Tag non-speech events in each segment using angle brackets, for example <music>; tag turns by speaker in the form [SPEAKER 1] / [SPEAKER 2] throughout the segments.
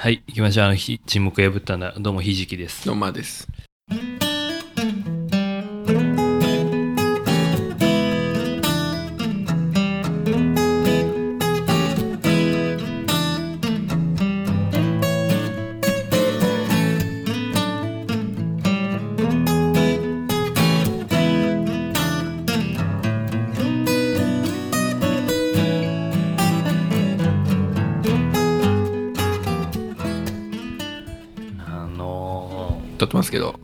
[SPEAKER 1] はい、行きましょう。あの、ひ沈黙破ったんだ。どうも、ひじきです。
[SPEAKER 2] どうもです。
[SPEAKER 1] あの
[SPEAKER 2] 撮ってますけど。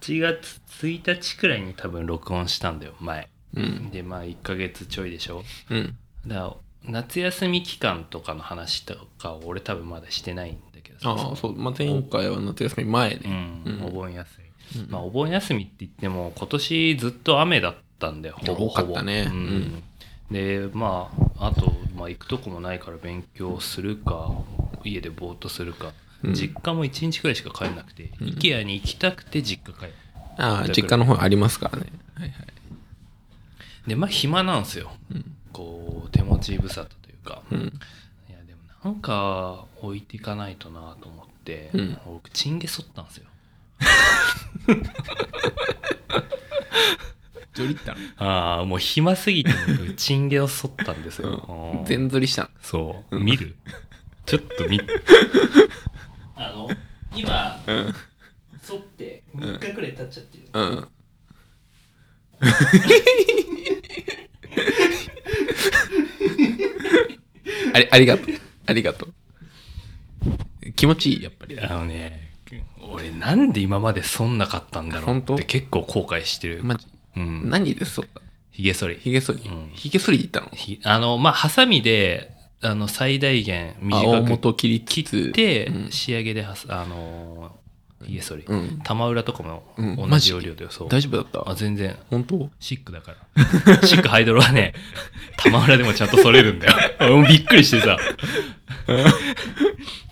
[SPEAKER 1] ー、8月1日くらいに多分録音したんだよ、前。
[SPEAKER 2] うん。
[SPEAKER 1] で、まあ、1ヶ月ちょいでしょ。
[SPEAKER 2] うん。
[SPEAKER 1] だから夏休み期間とかの話とか、俺多分まだしてないんだけどさ
[SPEAKER 2] ああ、そう。まあ、前回は夏休み前
[SPEAKER 1] う
[SPEAKER 2] ね。
[SPEAKER 1] ん、
[SPEAKER 2] うん
[SPEAKER 1] お盆休み。
[SPEAKER 2] うん
[SPEAKER 1] まあ、お盆休みって言っても、今年ずっと雨だったんだよ、ほぼほぼ。
[SPEAKER 2] 多かったね
[SPEAKER 1] う
[SPEAKER 2] うんん。
[SPEAKER 1] で、まあ、あと、まあ、行くとこもないから勉強するか、家でぼーっとするか。
[SPEAKER 2] うん
[SPEAKER 1] 実家も1日くらいしか帰んなくて、
[SPEAKER 2] うん
[SPEAKER 1] IKEA に行きたくて実家帰る。
[SPEAKER 2] ああ、実家の方ありますからね。はいはい。
[SPEAKER 1] で、まあ、暇なんですよ。
[SPEAKER 2] うん。
[SPEAKER 1] こう、手持ち無沙汰というか。
[SPEAKER 2] うん。
[SPEAKER 1] いや、でもなんか置いていかないとなと思って、
[SPEAKER 2] うん
[SPEAKER 1] 僕、チンゲ剃ったんですよ。
[SPEAKER 2] ジョリったの
[SPEAKER 1] ああ、もう暇すぎて僕、チンゲを剃ったんですよ。うん
[SPEAKER 2] 全釣りしたの。
[SPEAKER 1] そう、見るちょっと見あの、今、
[SPEAKER 2] うん。
[SPEAKER 1] 剃って
[SPEAKER 2] ん
[SPEAKER 1] 3日くらい経っちゃってる。
[SPEAKER 2] うん。あれ、ありがとう。ありがとう。気持ちいい、やっぱり。
[SPEAKER 1] あのね、俺なんで今まで剃んなかったんだろう
[SPEAKER 2] 本
[SPEAKER 1] っ
[SPEAKER 2] 当
[SPEAKER 1] て結構後悔してる。
[SPEAKER 2] まじ、
[SPEAKER 1] うん。
[SPEAKER 2] 何で剃った
[SPEAKER 1] ひげ剃り。
[SPEAKER 2] ヒゲ剃り
[SPEAKER 1] うん。
[SPEAKER 2] ヒゲ剃りで行ったの
[SPEAKER 1] ひあの、まあ、ハサミで、あの、最大限
[SPEAKER 2] 青
[SPEAKER 1] 短く
[SPEAKER 2] 元切り
[SPEAKER 1] 切
[SPEAKER 2] つつ
[SPEAKER 1] って、
[SPEAKER 2] うん
[SPEAKER 1] 仕上げではす、あのー、ひげ剃り。
[SPEAKER 2] うん
[SPEAKER 1] 玉裏とかも
[SPEAKER 2] うん
[SPEAKER 1] 同
[SPEAKER 2] マ
[SPEAKER 1] じ
[SPEAKER 2] ジ
[SPEAKER 1] 要領だよ、そう。
[SPEAKER 2] 大丈夫だ
[SPEAKER 1] あ、
[SPEAKER 2] った
[SPEAKER 1] 全然。
[SPEAKER 2] 本当
[SPEAKER 1] シックだから。シックハイドロは
[SPEAKER 2] <laughs>
[SPEAKER 1] ね、玉裏でもちゃんと剃れるんだよ。俺もびっくりして
[SPEAKER 2] <laughs>
[SPEAKER 1] さ。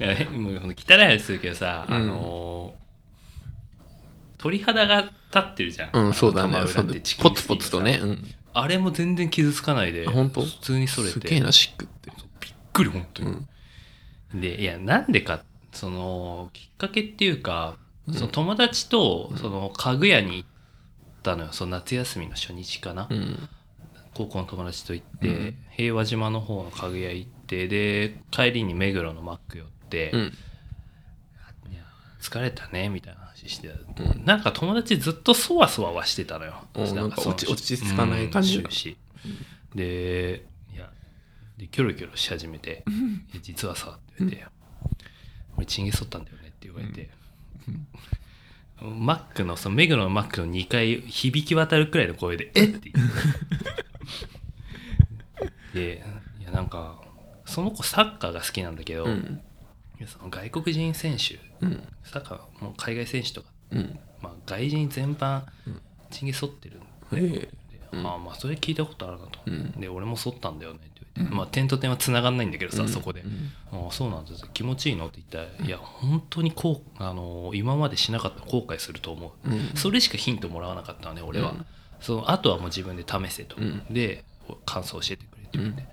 [SPEAKER 1] いやもう汚い話するけどさ、
[SPEAKER 2] うん
[SPEAKER 1] あのー鳥肌が立ってるじゃん。
[SPEAKER 2] うん、そうだね
[SPEAKER 1] 玉。
[SPEAKER 2] そ
[SPEAKER 1] 裏っ
[SPEAKER 2] うだ
[SPEAKER 1] てチキン
[SPEAKER 2] ポツポツとね。
[SPEAKER 1] スキンさ。
[SPEAKER 2] うん。
[SPEAKER 1] あれも全然傷つかないで、
[SPEAKER 2] あ本当
[SPEAKER 1] 普通に剃れて。
[SPEAKER 2] すげえな、シックって。
[SPEAKER 1] びっくり、本当
[SPEAKER 2] う
[SPEAKER 1] に。
[SPEAKER 2] ん。
[SPEAKER 1] で、いや、なんでか、その、きっかけっていうか、
[SPEAKER 2] うん
[SPEAKER 1] その友達と、その、家具屋に行ったのよ。その夏休みの初日かな。
[SPEAKER 2] うん。
[SPEAKER 1] 高校の友達と行って、
[SPEAKER 2] うん
[SPEAKER 1] 平和島の方の家具屋行ってで帰りに目黒のマック寄って、
[SPEAKER 2] う
[SPEAKER 1] い
[SPEAKER 2] ん。
[SPEAKER 1] や疲れたねみたいな話してた、
[SPEAKER 2] うん
[SPEAKER 1] なんか友達ずっとそわそわはしてたのよ
[SPEAKER 2] おーなんか
[SPEAKER 1] その
[SPEAKER 2] 落ち落ち着かない感じ
[SPEAKER 1] うん終始でいやでキョロキョロし始めて「いや実はさ」って言って、俺チンゲ剃ったんだよね」って言われて、マックのその目黒のマックの2階響き渡るくらいの声で「えっ!」って言って <laughs> でいやなんかその子サッカーが好きなんだけど、
[SPEAKER 2] うん。
[SPEAKER 1] その外国人選手
[SPEAKER 2] うん。
[SPEAKER 1] サッカーもう海外選手とか、
[SPEAKER 2] うん。
[SPEAKER 1] まあ、外人全般
[SPEAKER 2] うん
[SPEAKER 1] チンゲ剃ってるん
[SPEAKER 2] ええ。
[SPEAKER 1] で、
[SPEAKER 2] うん
[SPEAKER 1] ああまあそれ聞いたことあるなと、
[SPEAKER 2] うん
[SPEAKER 1] で俺も剃ったんだよねって言って、まあ点と点は繋がんないんだけどさ、
[SPEAKER 2] うん
[SPEAKER 1] そこで。
[SPEAKER 2] うん
[SPEAKER 1] ああそうなんです気持ちいいのって言ったら「いや本当にこう、あの今までしなかった後悔すると思う」
[SPEAKER 2] うん
[SPEAKER 1] それしかヒントもらわなかったのね俺は、
[SPEAKER 2] うん
[SPEAKER 1] そのあとはもう自分で試せと、
[SPEAKER 2] うん
[SPEAKER 1] で感想教えてくれって
[SPEAKER 2] う
[SPEAKER 1] 言って、
[SPEAKER 2] ん。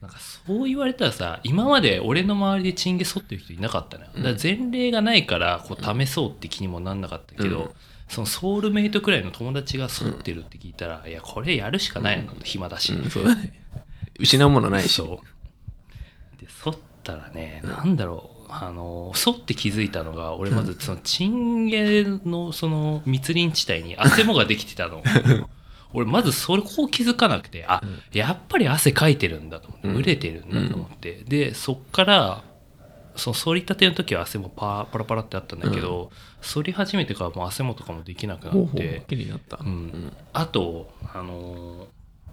[SPEAKER 1] なんかそう言われたらさ今まで俺の周りでチンゲ剃ってる人いなかったのよだから前例がないからこう試そうって気にもなんなかったけど、
[SPEAKER 2] うん
[SPEAKER 1] そのソウルメイトくらいの友達が剃ってるって聞いたら、いやこれやるしかないのかと暇だし、
[SPEAKER 2] うんそうだね。失うものないし。
[SPEAKER 1] そうで剃ったらね、なんだろうあの剃って気づいたのが俺まずそのチンゲのその密林地帯に汗もができてた
[SPEAKER 2] <laughs>
[SPEAKER 1] の俺まずそれこう気づかなくてあ、やっぱり汗かいてるんだと思って
[SPEAKER 2] うん
[SPEAKER 1] 蒸れてるんだと思って、でそっからその剃りたての時は汗もパパラパラってあったんだけど、剃り始めてからもう汗もとかもできなくな
[SPEAKER 2] ほう
[SPEAKER 1] っ
[SPEAKER 2] ほう
[SPEAKER 1] て、
[SPEAKER 2] 気になった。
[SPEAKER 1] うんあとあの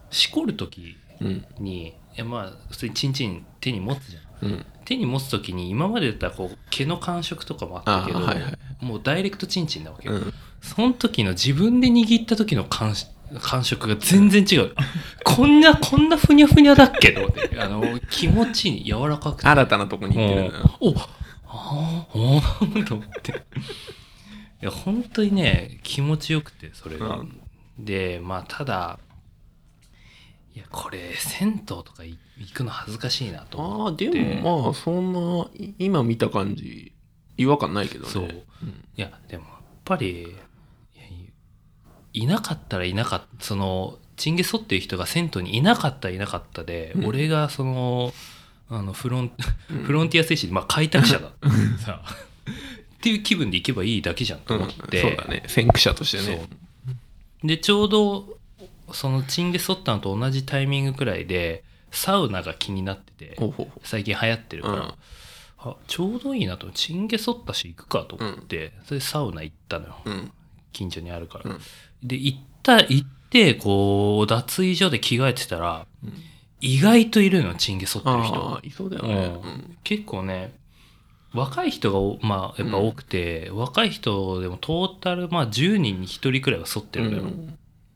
[SPEAKER 1] しこる時
[SPEAKER 2] うん。
[SPEAKER 1] にいやまあ普通にチンチン手に持つじゃん
[SPEAKER 2] うん。
[SPEAKER 1] 手に持つ時に今までだったらこう毛の感触とかもあったけど、
[SPEAKER 2] あーはいはい
[SPEAKER 1] もうダイレクトチンチンなわけ
[SPEAKER 2] う
[SPEAKER 1] よ、
[SPEAKER 2] ん。
[SPEAKER 1] その時の自分で握った時の感し感触が全然違うあこんなこんなふにゃふにゃだっけと思ってあの気持ちいい柔らかくて
[SPEAKER 2] 新たなとこに行ってるな。
[SPEAKER 1] おおあーおーと思っていや本当にね気持ちよくてそれが、
[SPEAKER 2] うん
[SPEAKER 1] でまあただいやこれ銭湯とかい行くの恥ずかしいなと
[SPEAKER 2] あ
[SPEAKER 1] 思
[SPEAKER 2] あ
[SPEAKER 1] って
[SPEAKER 2] でもまあそんない今見た感じ違和感ないけどね
[SPEAKER 1] そうんいやでもやっぱりいやいいなかったらいなかったそのチンゲソっていう人が銭湯にいなかったらいなかったで、
[SPEAKER 2] うん
[SPEAKER 1] 俺がそのあのフロン
[SPEAKER 2] うん
[SPEAKER 1] フロンティア精神、まあ、開拓
[SPEAKER 2] <laughs>
[SPEAKER 1] 者ださあっていう気分で行けばいいだけじゃんと思って、
[SPEAKER 2] うんそうだね先駆者としてね
[SPEAKER 1] でちょうどそのチンゲソッタンと同じタイミングくらいでサウナが気になってて
[SPEAKER 2] ほうほうほ
[SPEAKER 1] 最近流行ってるから、
[SPEAKER 2] うん
[SPEAKER 1] あちょうどいいなと思ってチンゲソッタ市行くかと思って、それでサウナ行ったのよ
[SPEAKER 2] ううん
[SPEAKER 1] 近所にあるから、
[SPEAKER 2] うん
[SPEAKER 1] で行った行ってこう脱衣所で着替えてたら意外といるのよチンゲソってる人
[SPEAKER 2] ああいそうだよね
[SPEAKER 1] うん結構ね若い人がお、まあ、やっぱ多くて、若い人でもトータル、まあ、10人に1人くらいは剃って
[SPEAKER 2] うん
[SPEAKER 1] るのよ、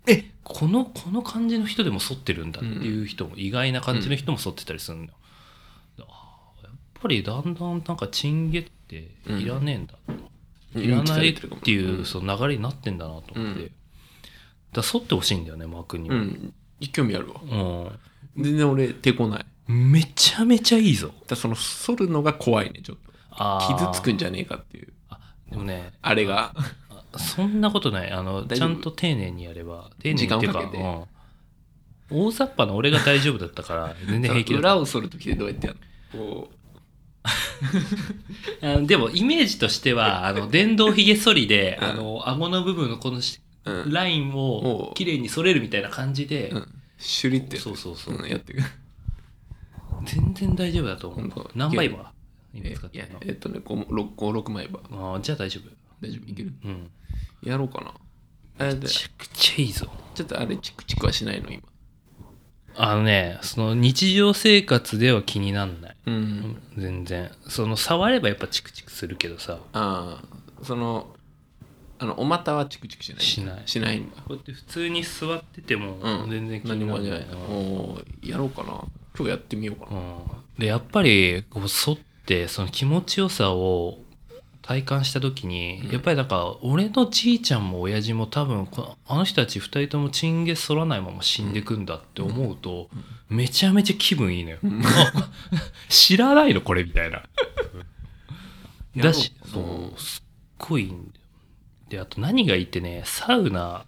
[SPEAKER 1] えこのこの感じの人でも剃ってるんだっていう人も、意外な感じの人も剃ってたりするのよ、であーやっぱりだんだんなんかチンゲっていらねえんだ、いらないっていう、
[SPEAKER 2] うん
[SPEAKER 1] その流れになってんだなと思って、
[SPEAKER 2] うん
[SPEAKER 1] だから剃ってほしいんだよねマー君に
[SPEAKER 2] う
[SPEAKER 1] は、
[SPEAKER 2] ん興味あるわ
[SPEAKER 1] うん
[SPEAKER 2] 全然俺抵抗ないだか
[SPEAKER 1] めちゃめちゃいいぞ
[SPEAKER 2] らその剃るのが怖いねちょっと傷つくんじ
[SPEAKER 1] ゃ
[SPEAKER 2] ゃねえかっていう
[SPEAKER 1] でもね
[SPEAKER 2] あれが
[SPEAKER 1] そんなことない。あの、
[SPEAKER 2] 大
[SPEAKER 1] ち
[SPEAKER 2] 丈
[SPEAKER 1] ゃ
[SPEAKER 2] 夫
[SPEAKER 1] んと丁寧にやれば、丁寧にっていう
[SPEAKER 2] 時間
[SPEAKER 1] か、
[SPEAKER 2] をかけて
[SPEAKER 1] うん、大雑把な俺が大丈夫だったから、全然平気だっ
[SPEAKER 2] 裏を剃る時でどうやってやるのこ
[SPEAKER 1] たあのでも、イメージとしては、あの、電動ひげ剃りで、
[SPEAKER 2] うん
[SPEAKER 1] あの、顎の部分のこのし
[SPEAKER 2] う、うん
[SPEAKER 1] ライン
[SPEAKER 2] お
[SPEAKER 1] を
[SPEAKER 2] う
[SPEAKER 1] 綺麗に剃れるみたいな感じで
[SPEAKER 2] う、ん、シュリってやる
[SPEAKER 1] そうそうそう
[SPEAKER 2] うんやってく
[SPEAKER 1] 全然大丈夫だと思
[SPEAKER 2] 本
[SPEAKER 1] う
[SPEAKER 2] 当。
[SPEAKER 1] 何倍は今
[SPEAKER 2] え
[SPEAKER 1] 使っ
[SPEAKER 2] い
[SPEAKER 1] て
[SPEAKER 2] や
[SPEAKER 1] るの
[SPEAKER 2] えっとね56枚ば
[SPEAKER 1] あーじゃあ大丈夫。
[SPEAKER 2] 大丈夫いける
[SPEAKER 1] うん。
[SPEAKER 2] やろうかなえで
[SPEAKER 1] め
[SPEAKER 2] ち
[SPEAKER 1] ちゃくちゃいいぞ。
[SPEAKER 2] ょっとあれチクチクはしないの今
[SPEAKER 1] あのね、その日常生活では気になんない。
[SPEAKER 2] うん、
[SPEAKER 1] 全然。その、触ればやっぱチクチクするけどさ、
[SPEAKER 2] ああそのあのお股はチクチクしない
[SPEAKER 1] しない
[SPEAKER 2] しないんだ
[SPEAKER 1] こうやって普通に座ってても
[SPEAKER 2] うん
[SPEAKER 1] 全然気
[SPEAKER 2] 何
[SPEAKER 1] にな
[SPEAKER 2] も
[SPEAKER 1] ら
[SPEAKER 2] じゃ
[SPEAKER 1] な
[SPEAKER 2] ない
[SPEAKER 1] いな、
[SPEAKER 2] おおーやろうかな今日やってみようか
[SPEAKER 1] う
[SPEAKER 2] なん
[SPEAKER 1] でやっぱりこう反ってその気持ちよさを体感した時に、
[SPEAKER 2] うん
[SPEAKER 1] やっぱりなんか俺のじいちゃんも親父も多分このあの人たち2人ともチンゲ剃らないまま死んでくんだって思うと、めちゃめちゃ気分いいのよ、
[SPEAKER 2] ん
[SPEAKER 1] あ知らないのこれみたいな <laughs> だし
[SPEAKER 2] や
[SPEAKER 1] そ
[SPEAKER 2] ろう
[SPEAKER 1] うすっごいいいんだよであと何がいいってねサウナ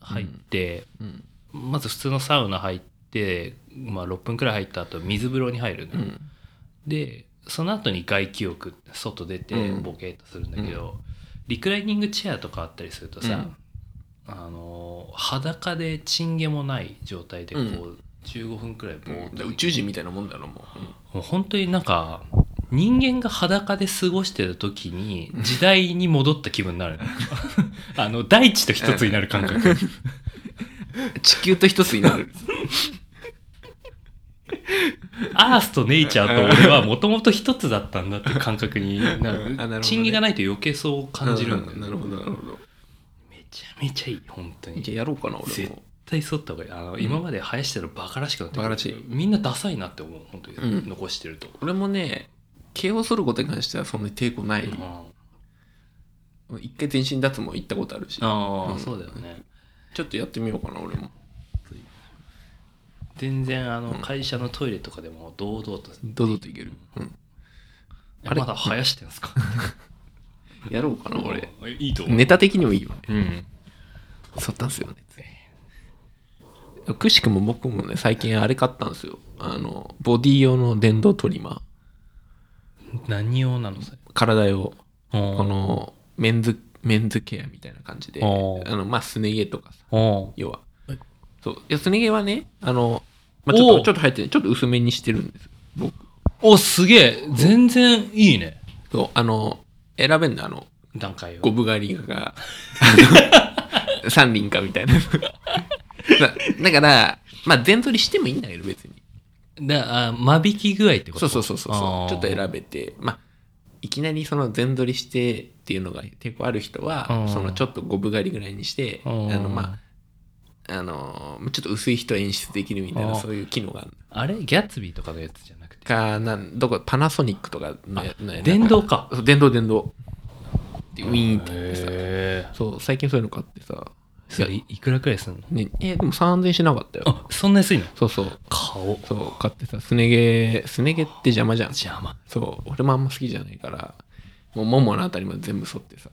[SPEAKER 1] 入って、
[SPEAKER 2] うん
[SPEAKER 1] まず普通のサウナ入って、まあ、6分くらい入った後水風呂に入るの
[SPEAKER 2] う
[SPEAKER 1] よ、
[SPEAKER 2] ん
[SPEAKER 1] でその後に外気浴外出て
[SPEAKER 2] うん
[SPEAKER 1] ボケーっとするんだけど、リクライニングチェアとかあったりするとさ、
[SPEAKER 2] うん
[SPEAKER 1] あの裸でチンゲもない状態でこう、
[SPEAKER 2] う
[SPEAKER 1] 15分くらいぼー
[SPEAKER 2] も
[SPEAKER 1] っ
[SPEAKER 2] う
[SPEAKER 1] と
[SPEAKER 2] だ宇宙人みたいなもんだろもう、
[SPEAKER 1] もう本当になんか人間が裸で過ごしてた時に時代に戻った気分になるのよ <laughs> あの大地と一つになる感
[SPEAKER 2] <laughs>
[SPEAKER 1] 覚
[SPEAKER 2] 地球と一つにな <laughs> る
[SPEAKER 1] アースとネイチャーと俺はもともと一つだったんだっていう感覚にな
[SPEAKER 2] あなるほど
[SPEAKER 1] る。
[SPEAKER 2] ね
[SPEAKER 1] チンギがないと余計そう感じるんだよ、
[SPEAKER 2] なるほどなるほど
[SPEAKER 1] めちゃめちゃいい、本当に。
[SPEAKER 2] じゃ
[SPEAKER 1] 絶
[SPEAKER 2] あやろうかな俺
[SPEAKER 1] 絶
[SPEAKER 2] も
[SPEAKER 1] 対剃った方がいい。あの、今まで生やしてるのバカらしくなってくる
[SPEAKER 2] バカらしい
[SPEAKER 1] みんなダサいなって思う、本当に。
[SPEAKER 2] うん
[SPEAKER 1] 残してると。
[SPEAKER 2] 俺もね毛を剃ることに関してはそんなに抵抗ない、
[SPEAKER 1] あ
[SPEAKER 2] 一回全身脱毛行ったことあるしちょ
[SPEAKER 1] あー、
[SPEAKER 2] うん
[SPEAKER 1] そうだよね。
[SPEAKER 2] っとやってみようかな俺も
[SPEAKER 1] 全然、あの、会社のトイレとかでも堂々と。
[SPEAKER 2] 堂々といける、うん、あれ
[SPEAKER 1] まだ生やしてんすか
[SPEAKER 2] やろうかな俺
[SPEAKER 1] えいいと思う。
[SPEAKER 2] ネタ的にもいいよね
[SPEAKER 1] うん。
[SPEAKER 2] 剃ったんすよねくしくも僕もね最近あれ買ったんですよあのボディ用の電動トリマ
[SPEAKER 1] 何用なのそれ。
[SPEAKER 2] ー体用こ
[SPEAKER 1] こ
[SPEAKER 2] のメンズメンズケアみたいな感じであ
[SPEAKER 1] おー
[SPEAKER 2] のまあすね毛とかさ
[SPEAKER 1] の、
[SPEAKER 2] 要は
[SPEAKER 1] はい
[SPEAKER 2] そういやすね毛はねあの、まあ、ちょ
[SPEAKER 1] おー
[SPEAKER 2] っとちょっと入ってないちょっと薄めにしてるんです僕
[SPEAKER 1] お、すげえ全然いいね。
[SPEAKER 2] そう、あの、選べんの、あの、
[SPEAKER 1] 段階を
[SPEAKER 2] ゴ。ブ狩り
[SPEAKER 1] <laughs>
[SPEAKER 2] が、あの三輪かみたいな。 <laughs> だだから、まあ、全取りしてもいいんだけど、別に。
[SPEAKER 1] だあ間引き具合ってこ
[SPEAKER 2] そ
[SPEAKER 1] と
[SPEAKER 2] うそうそうそう
[SPEAKER 1] あ
[SPEAKER 2] そ
[SPEAKER 1] ー
[SPEAKER 2] う。ちょっと選べて、まあ、いきなりその全取りしてっていうのが抵抗ある人
[SPEAKER 1] う
[SPEAKER 2] は
[SPEAKER 1] ん、
[SPEAKER 2] そのちょっとゴブ狩りぐらいにして、あ
[SPEAKER 1] うん
[SPEAKER 2] の、まあ、あの、ちょっと薄い人演出できるみたいな、
[SPEAKER 1] あー
[SPEAKER 2] そういう機能がある。
[SPEAKER 1] あれギャッツビーとかのやつじゃなくて
[SPEAKER 2] か、なん、どこ、パナソニックとかのや、のや
[SPEAKER 1] 電動か
[SPEAKER 2] そう電動電動。でウィーンってやってさ。
[SPEAKER 1] へ
[SPEAKER 2] そう、最近そういうの買ってさ、
[SPEAKER 1] それいいくらくらいすんの
[SPEAKER 2] ね、えでも3000円しなかったよ
[SPEAKER 1] あそんな安いの
[SPEAKER 2] そうそう
[SPEAKER 1] 顔
[SPEAKER 2] そう買ってさすね毛すね毛って邪魔じゃん
[SPEAKER 1] 邪魔
[SPEAKER 2] そう俺もあんま好きじゃないからもうもものあたりも全部剃ってさ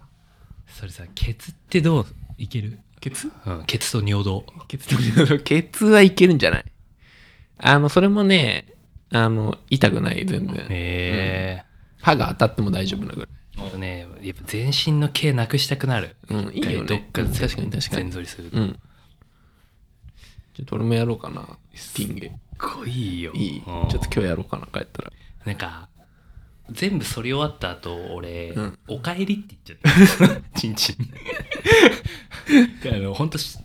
[SPEAKER 1] それさケツってどういける、
[SPEAKER 2] ケツ
[SPEAKER 1] うん、ケツと尿道
[SPEAKER 2] ケツケツはい <laughs> けるんじゃないあのそれもねあの痛くない全然、
[SPEAKER 1] へえ
[SPEAKER 2] 歯が当たっても大丈夫なぐらい
[SPEAKER 1] ほんとねやっぱ全身の毛なくしたくなる
[SPEAKER 2] うんいいよね
[SPEAKER 1] 一回どっか
[SPEAKER 2] うん
[SPEAKER 1] で
[SPEAKER 2] 確かに確かに
[SPEAKER 1] 全剃りする
[SPEAKER 2] う
[SPEAKER 1] と
[SPEAKER 2] んちょっと俺もやろうかなスティンゲ
[SPEAKER 1] こいいよ
[SPEAKER 2] いいちょ
[SPEAKER 1] うん
[SPEAKER 2] っと今日やろうかな帰ったら
[SPEAKER 1] なんか全部剃り終わった後俺、
[SPEAKER 2] うん
[SPEAKER 1] おかえりって言っちゃった
[SPEAKER 2] <laughs>
[SPEAKER 1] ちんちん <laughs> あの本当小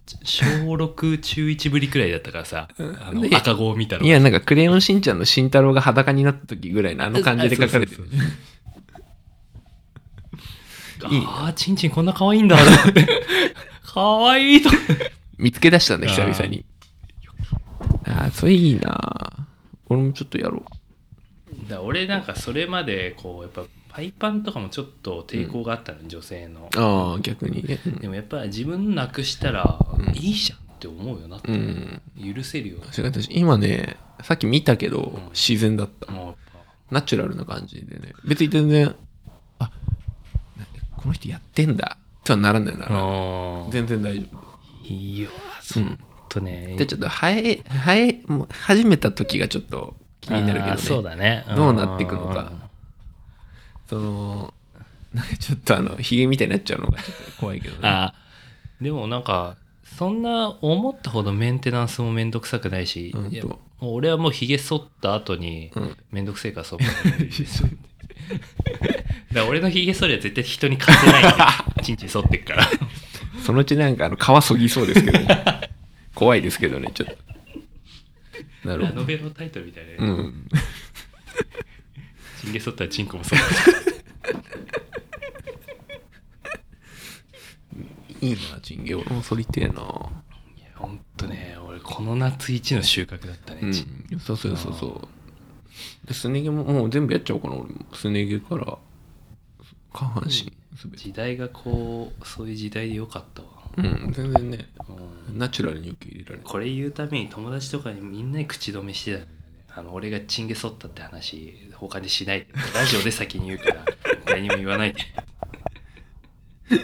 [SPEAKER 1] 6中1ぶりくらいだったからさ、あの
[SPEAKER 2] で
[SPEAKER 1] 赤子を見たら
[SPEAKER 2] いやなんかクレヨンしんちゃんの慎太郎が裸になった時ぐらいのあの感じで書かれてるいいね
[SPEAKER 1] ああちんちんこんな可愛いんだと思 <laughs> って可愛いと思って
[SPEAKER 2] 見つけ出したんだ久
[SPEAKER 1] あ
[SPEAKER 2] 々にああそれいいな俺もちょっとやろ
[SPEAKER 1] だから俺なんかそれまでこうやっぱパイパンとかもちょっと抵抗があったの、女性の
[SPEAKER 2] うああ逆にね
[SPEAKER 1] でもやっぱ自分なくしたら
[SPEAKER 2] うん
[SPEAKER 1] いいじゃんって思うよなって、
[SPEAKER 2] うん、うん、
[SPEAKER 1] 許せるよな
[SPEAKER 2] 確かに私今ねさっき見たけど
[SPEAKER 1] ん
[SPEAKER 2] 自然だった
[SPEAKER 1] もうやっぱ
[SPEAKER 2] ナチュラルな感じでね別に全然あなこの人やってんだとはならないなら
[SPEAKER 1] あ
[SPEAKER 2] 全然大丈夫
[SPEAKER 1] いいよ
[SPEAKER 2] う
[SPEAKER 1] そ
[SPEAKER 2] ん
[SPEAKER 1] とね
[SPEAKER 2] でちょっと生え生えもう始めた時がちょっと気になるけど
[SPEAKER 1] あー
[SPEAKER 2] ね
[SPEAKER 1] そうだね
[SPEAKER 2] どうなっていくのかそのなんかちょっとあのヒゲみたいになっちゃうのがちょっと怖いけど
[SPEAKER 1] うん
[SPEAKER 2] ね
[SPEAKER 1] あーでもなんかそんな思ったほどメンテナンスもめんどくさくないし、
[SPEAKER 2] うん
[SPEAKER 1] い
[SPEAKER 2] と
[SPEAKER 1] やもう俺はもうひげ剃った後に
[SPEAKER 2] うん
[SPEAKER 1] めんどくせえから剃った方がいいですだから俺のひげ剃りは絶対人に勝てないんでちんちん剃ってっから
[SPEAKER 2] そのうちなんかあの皮そぎそうですけど、 <laughs> ね、怖いですけどねちょっとなる
[SPEAKER 1] ラ
[SPEAKER 2] ほど
[SPEAKER 1] ノベのタイトルみたいなね、
[SPEAKER 2] うん
[SPEAKER 1] チンゲ剃ったらチンコも剃った
[SPEAKER 2] いいなチンゲ俺も剃りてえない
[SPEAKER 1] やほんとね俺この夏一の収穫だったね、
[SPEAKER 2] うん
[SPEAKER 1] ちん
[SPEAKER 2] そうそうそうそうでスネ毛ももう全部やっちゃおうかな俺もスネ毛から下半身すべて
[SPEAKER 1] 時代がこうそういう時代でよかったわ、
[SPEAKER 2] うん全然ね
[SPEAKER 1] うん
[SPEAKER 2] ナチュラルに受け入れられる
[SPEAKER 1] これ言うために友達とかにみんなに口止めしてたんだよねあの俺がチンゲ剃ったって話他にしないでラジオで先に言うから <laughs> 誰にも言わないで <laughs>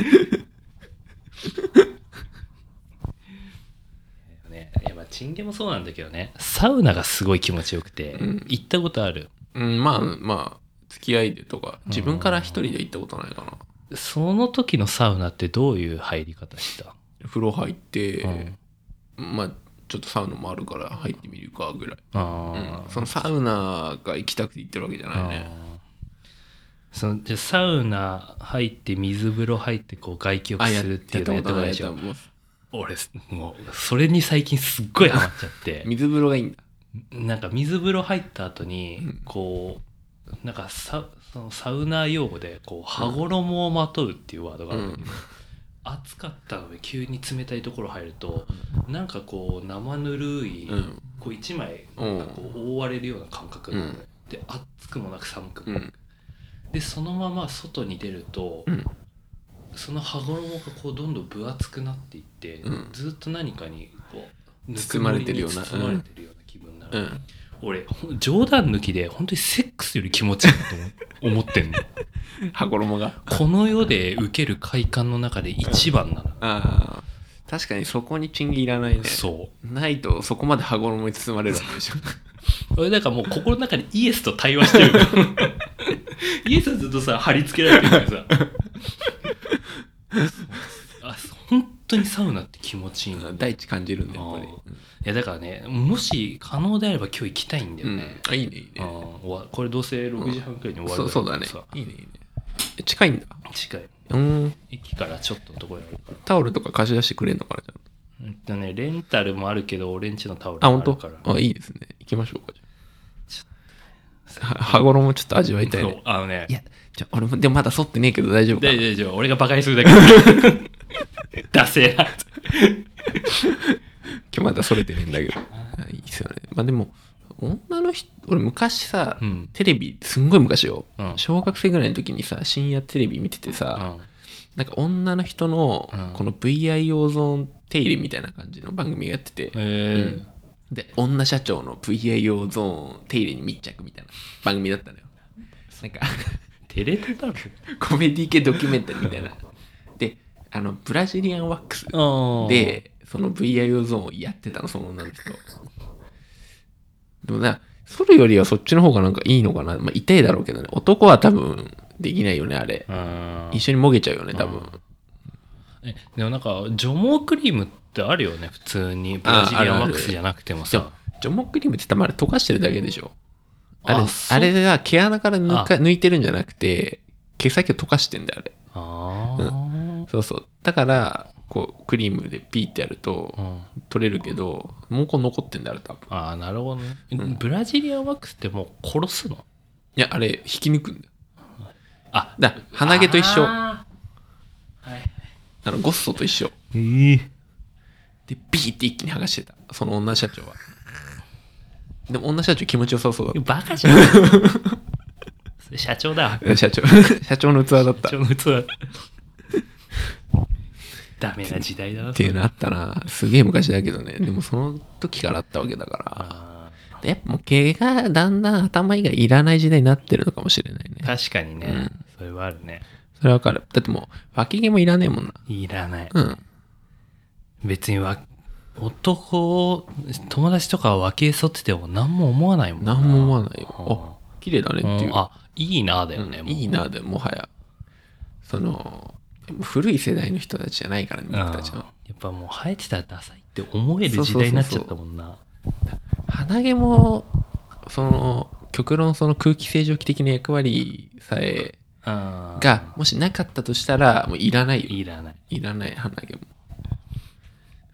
[SPEAKER 1] ねやっぱチンゲもそうなんだけどねサウナがすごい気持ちよくて、
[SPEAKER 2] うん
[SPEAKER 1] 行ったことある
[SPEAKER 2] うんまあまあ付き合いでとか自分から一人で行ったことないかな
[SPEAKER 1] その時のサウナってどういう入り方した、
[SPEAKER 2] 風呂入って、
[SPEAKER 1] うん
[SPEAKER 2] まあちょっとサウナもあるから入ってみるかぐらい、
[SPEAKER 1] あ
[SPEAKER 2] うん
[SPEAKER 1] ー
[SPEAKER 2] そのサウナが行きたくて行ってるわけじゃないね
[SPEAKER 1] あーそのじゃあサウナ入って水風呂入ってこう外気浴
[SPEAKER 2] あ
[SPEAKER 1] す
[SPEAKER 2] や
[SPEAKER 1] るっていうの
[SPEAKER 2] や
[SPEAKER 1] や
[SPEAKER 2] っ
[SPEAKER 1] ったた
[SPEAKER 2] こ
[SPEAKER 1] ことと
[SPEAKER 2] な
[SPEAKER 1] ないい
[SPEAKER 2] や
[SPEAKER 1] で
[SPEAKER 2] っ
[SPEAKER 1] したょ
[SPEAKER 2] もう
[SPEAKER 1] 俺もうそれに最近すっごいハマっちゃって
[SPEAKER 2] 水風呂がいいんだ
[SPEAKER 1] なんか水風呂入った後に
[SPEAKER 2] うん
[SPEAKER 1] こうなんかサそのサウナー用語でこう羽衣をまとうっていうワードがあるんだけど、暑かったので急に冷たいところ入るとなんかこう生ぬるい、
[SPEAKER 2] うん
[SPEAKER 1] こう一枚
[SPEAKER 2] うん
[SPEAKER 1] こう覆われるような感覚なのねで暑くもなく寒くもなく、
[SPEAKER 2] うん
[SPEAKER 1] でそのまま外に出ると、
[SPEAKER 2] うん
[SPEAKER 1] その羽衣がこうどんどん分厚くなっていって、
[SPEAKER 2] うん
[SPEAKER 1] ずっと何かにこう
[SPEAKER 2] 包まれてるような
[SPEAKER 1] ぬくもりに包まれてるような気分にな
[SPEAKER 2] う
[SPEAKER 1] る、
[SPEAKER 2] ん
[SPEAKER 1] 俺ほん冗談抜きで本当にセックスより気持ちいいと思思って
[SPEAKER 2] <laughs>
[SPEAKER 1] んの
[SPEAKER 2] 羽衣が
[SPEAKER 1] この世で受ける快感の中で一番なの、
[SPEAKER 2] あー確かにそこにチンギいらないね
[SPEAKER 1] そう
[SPEAKER 2] ないとそこまで羽衣に包まれるわけでしょ <laughs>
[SPEAKER 1] 俺なんかもう心の中にイエスと対話してる
[SPEAKER 2] <laughs>
[SPEAKER 1] からイエスはずっとさ貼り付けられてる
[SPEAKER 2] <laughs>
[SPEAKER 1] からさあ本当にサウナって気持ちいいな
[SPEAKER 2] う
[SPEAKER 1] い
[SPEAKER 2] ん大地感じるんだやっぱり
[SPEAKER 1] あやだからねもし可能であれば今日行きたいんだよね、
[SPEAKER 2] うんあいいねいい
[SPEAKER 1] うん
[SPEAKER 2] ね
[SPEAKER 1] 終わこれどうせ6時半くらいに終わ
[SPEAKER 2] そ
[SPEAKER 1] る
[SPEAKER 2] う
[SPEAKER 1] か
[SPEAKER 2] そ
[SPEAKER 1] ら
[SPEAKER 2] うだね
[SPEAKER 1] さ
[SPEAKER 2] いいねいいねえ近いんだ
[SPEAKER 1] 近い
[SPEAKER 2] うん
[SPEAKER 1] 駅からちょっとのところにあるから
[SPEAKER 2] タオルとか貸し出してくれんのかなじゃ
[SPEAKER 1] うんとねレンタルもあるけど俺んちのタオル
[SPEAKER 2] ああ
[SPEAKER 1] も
[SPEAKER 2] 本
[SPEAKER 1] ある
[SPEAKER 2] 当
[SPEAKER 1] から
[SPEAKER 2] あいいですね行きましょうかじゃあは羽衣もちょっと味わいたい
[SPEAKER 1] そう
[SPEAKER 2] ね
[SPEAKER 1] あのね
[SPEAKER 2] いやじゃあ俺もでもまだ剃ってねえけど大丈夫か
[SPEAKER 1] 大
[SPEAKER 2] な
[SPEAKER 1] 丈夫大丈夫俺がバカにするだけ <laughs> ダセえな
[SPEAKER 2] 今日まだ剃れてねえんだ
[SPEAKER 1] <laughs>
[SPEAKER 2] けどあいいですよねまあでも女の人俺昔さ、
[SPEAKER 1] うん
[SPEAKER 2] テレビすんごい昔よ、
[SPEAKER 1] うん
[SPEAKER 2] 小学生ぐらいの時にさ深夜テレビ見ててさ、なんか女の人の
[SPEAKER 1] うん
[SPEAKER 2] この VI オゾン手入れみたいな感じの番組がやってて、
[SPEAKER 1] えー
[SPEAKER 2] で女社長の VA 用ゾーン手入れに密着みたいな番組だったのよなんか
[SPEAKER 1] 照れてたの
[SPEAKER 2] コメディ系ドキュメンタリー
[SPEAKER 1] <laughs>
[SPEAKER 2] みたいなであのブラジリアンワックス
[SPEAKER 1] あー、
[SPEAKER 2] でその VA 用ゾーンをやってたのその女の人でもなそれよりはそっちの方がなんかいいのかな、まあ、痛いだろうけどね男は多分できないよねあれ
[SPEAKER 1] うん
[SPEAKER 2] 一緒にもげちゃうよね多分
[SPEAKER 1] えでもなんか除毛クリームってあるよね普通にブラジリアンワックスじゃなくても
[SPEAKER 2] じゃ
[SPEAKER 1] さ
[SPEAKER 2] あ除毛クリームってたまに溶かしてるだけでしょあれ
[SPEAKER 1] あ
[SPEAKER 2] あ
[SPEAKER 1] そう
[SPEAKER 2] れが毛穴から抜か
[SPEAKER 1] あ
[SPEAKER 2] 抜いてるんじゃなくて毛先を溶かしてんだよあれ
[SPEAKER 1] あー
[SPEAKER 2] そうそうだからこうクリームでピーってやると
[SPEAKER 1] うん
[SPEAKER 2] 取れるけど毛根残ってんだよあれ多分
[SPEAKER 1] あーなるほどね、
[SPEAKER 2] ん
[SPEAKER 1] ブラジリアンワックスってもう殺すの
[SPEAKER 2] いやあれ引き抜くんだよ
[SPEAKER 1] あ
[SPEAKER 2] だから鼻毛と一緒あ
[SPEAKER 1] あーはい
[SPEAKER 2] のゴッソと一緒
[SPEAKER 1] えー
[SPEAKER 2] でピーって一気に剥がしてたその女社長はでも女社長気持ちよさそうだっ
[SPEAKER 1] バカじゃん <laughs> それ社長だ
[SPEAKER 2] <laughs>
[SPEAKER 1] <laughs>
[SPEAKER 2] た社長社長の器だった
[SPEAKER 1] 社長の器 <laughs> ダメな時代だな
[SPEAKER 2] っていうのあったなすげえ昔だけどねでもその時からあったわけだか
[SPEAKER 1] あ
[SPEAKER 2] らでやっぱもう毛がだんだん頭以外いらない時代になってるのかもしれない
[SPEAKER 1] ー
[SPEAKER 2] ね
[SPEAKER 1] 確かにね、
[SPEAKER 2] うん
[SPEAKER 1] それはあるね
[SPEAKER 2] それはわかるだってもう脇毛もいらねえもんない
[SPEAKER 1] らない
[SPEAKER 2] うん
[SPEAKER 1] 別にわ男を友達とかは分け添ってても何も思わないもん
[SPEAKER 2] 何も思わないよ
[SPEAKER 1] うん
[SPEAKER 2] あ綺麗だねっていう
[SPEAKER 1] うんあいいなだよね、
[SPEAKER 2] うん
[SPEAKER 1] もう
[SPEAKER 2] いいなでもはやその古い世代の人たちじゃないからね
[SPEAKER 1] うん
[SPEAKER 2] 僕たちの
[SPEAKER 1] やっぱもう生えてたらダサいって思える時代になっちゃったもんな
[SPEAKER 2] 鼻毛もその極論その空気清浄機的な役割さえ
[SPEAKER 1] うん
[SPEAKER 2] がもしなかったとしたらもういらないよ
[SPEAKER 1] いらない
[SPEAKER 2] いらない鼻毛も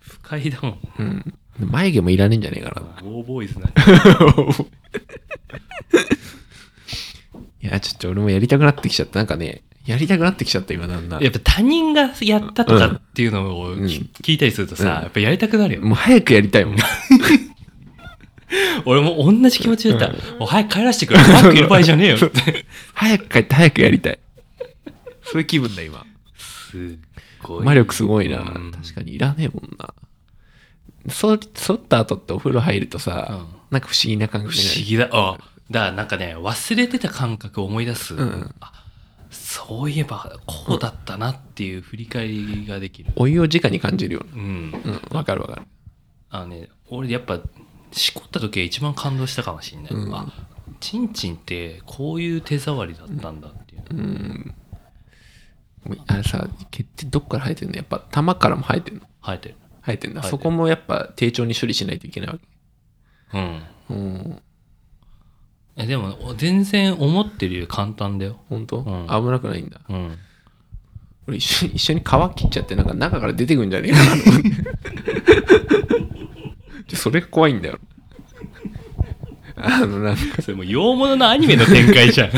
[SPEAKER 1] 不快だもん
[SPEAKER 2] うん眉毛もいらねえんじゃねえか <laughs> な
[SPEAKER 1] ゴーボーイズなんか
[SPEAKER 2] いやちょっと俺もやりたくなってきちゃったなんかねやりたくなってきちゃった今だんだん
[SPEAKER 1] やっぱ他人がやったとかっていうのを
[SPEAKER 2] うん
[SPEAKER 1] 聞聞いたりするとさ、
[SPEAKER 2] うん
[SPEAKER 1] やっぱやりたくなるよ、
[SPEAKER 2] もう早くやりたいもん
[SPEAKER 1] 俺も同じ気持ちだった、もう早く帰らせてくれ早くいる場合じゃねえよって
[SPEAKER 2] <laughs> 早く帰って早くやりたいそういう気分だ今
[SPEAKER 1] すっごい
[SPEAKER 2] 魔力すごいな、
[SPEAKER 1] うん
[SPEAKER 2] 確かにいらねえもんなそ剃った後ってお風呂入るとさ、
[SPEAKER 1] うん
[SPEAKER 2] なんか不思議な感
[SPEAKER 1] 不
[SPEAKER 2] じ
[SPEAKER 1] 思議だあだからなんかね忘れてた感覚を思い出す、
[SPEAKER 2] うん
[SPEAKER 1] あそういえばこうだったなっていう振り返りができる
[SPEAKER 2] お湯を直に感じるよ
[SPEAKER 1] うん
[SPEAKER 2] うなうんわかるわかる
[SPEAKER 1] あのね俺やっぱしこった時が一番感動したかもしれない、
[SPEAKER 2] うん
[SPEAKER 1] あチンチンってこういう手触りだったんだっていう、
[SPEAKER 2] うんもうあれさ毛ってどっから生えてんのやっぱ玉からも生えてんの
[SPEAKER 1] 生えてる
[SPEAKER 2] 生えてんだ
[SPEAKER 1] 生えてる
[SPEAKER 2] そこもやっぱ丁重に処理しないといけないわ
[SPEAKER 1] うん
[SPEAKER 2] けうん
[SPEAKER 1] えでもお全然思ってるより簡単だよ
[SPEAKER 2] 本当、
[SPEAKER 1] ん
[SPEAKER 2] 危なくないんだ
[SPEAKER 1] うん
[SPEAKER 2] 俺一緒に一緒に皮切っちゃってなんか中から出てくるんじゃ
[SPEAKER 1] <laughs>
[SPEAKER 2] ねえかな <laughs> と思ってでそれが怖いんだよあのなんか
[SPEAKER 1] それもう洋物のアニメの展開じ
[SPEAKER 2] <laughs>
[SPEAKER 1] ゃん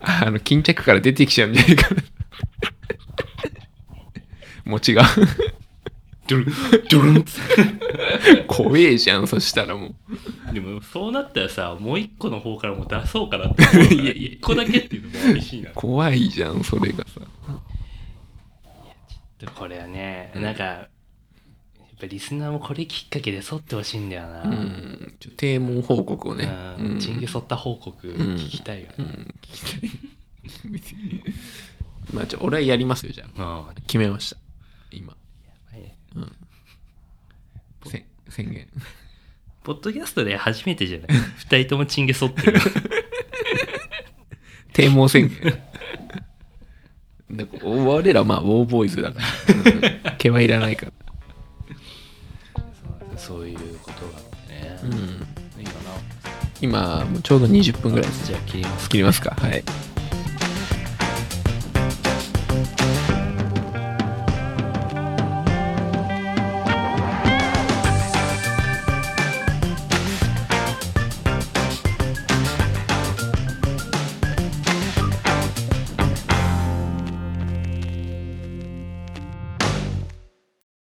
[SPEAKER 2] あの巾着から出てきちゃうんじゃないかな <laughs> 餅が
[SPEAKER 1] ドゥルンドゥルンっつって
[SPEAKER 2] 怖えじゃんそしたらもう
[SPEAKER 1] でもそうなったらさもう一個の方からもう出そうかなって思うから
[SPEAKER 2] <laughs> いやいや
[SPEAKER 1] 一個だけっていうのも嬉しいな
[SPEAKER 2] 怖いじゃんそれがさ
[SPEAKER 1] でこれはねなんかやっぱリスナーもこれきっかけで剃ってほしいんだよな、
[SPEAKER 2] う
[SPEAKER 1] うん
[SPEAKER 2] んちょ低門報告をねうん
[SPEAKER 1] チンゲ剃った報告聞きたいよね、
[SPEAKER 2] うん聞きたい別にまあちょ俺はやりますよじゃあ
[SPEAKER 1] うん
[SPEAKER 2] 決めました今
[SPEAKER 1] はい
[SPEAKER 2] せん
[SPEAKER 1] <laughs>
[SPEAKER 2] 宣言
[SPEAKER 1] ポッドキャストで初めてじゃない <laughs> 二人ともチンゲ剃 <laughs> ってる
[SPEAKER 2] 低毛宣言なんか我らまあウォーボーイズだか
[SPEAKER 1] <laughs>
[SPEAKER 2] ら、うん毛はいらないから
[SPEAKER 1] そういうことがあってね、
[SPEAKER 2] うん
[SPEAKER 1] いいかな
[SPEAKER 2] 今もうちょうど20分ぐらいです
[SPEAKER 1] じゃあ切ります
[SPEAKER 2] 切りますかはい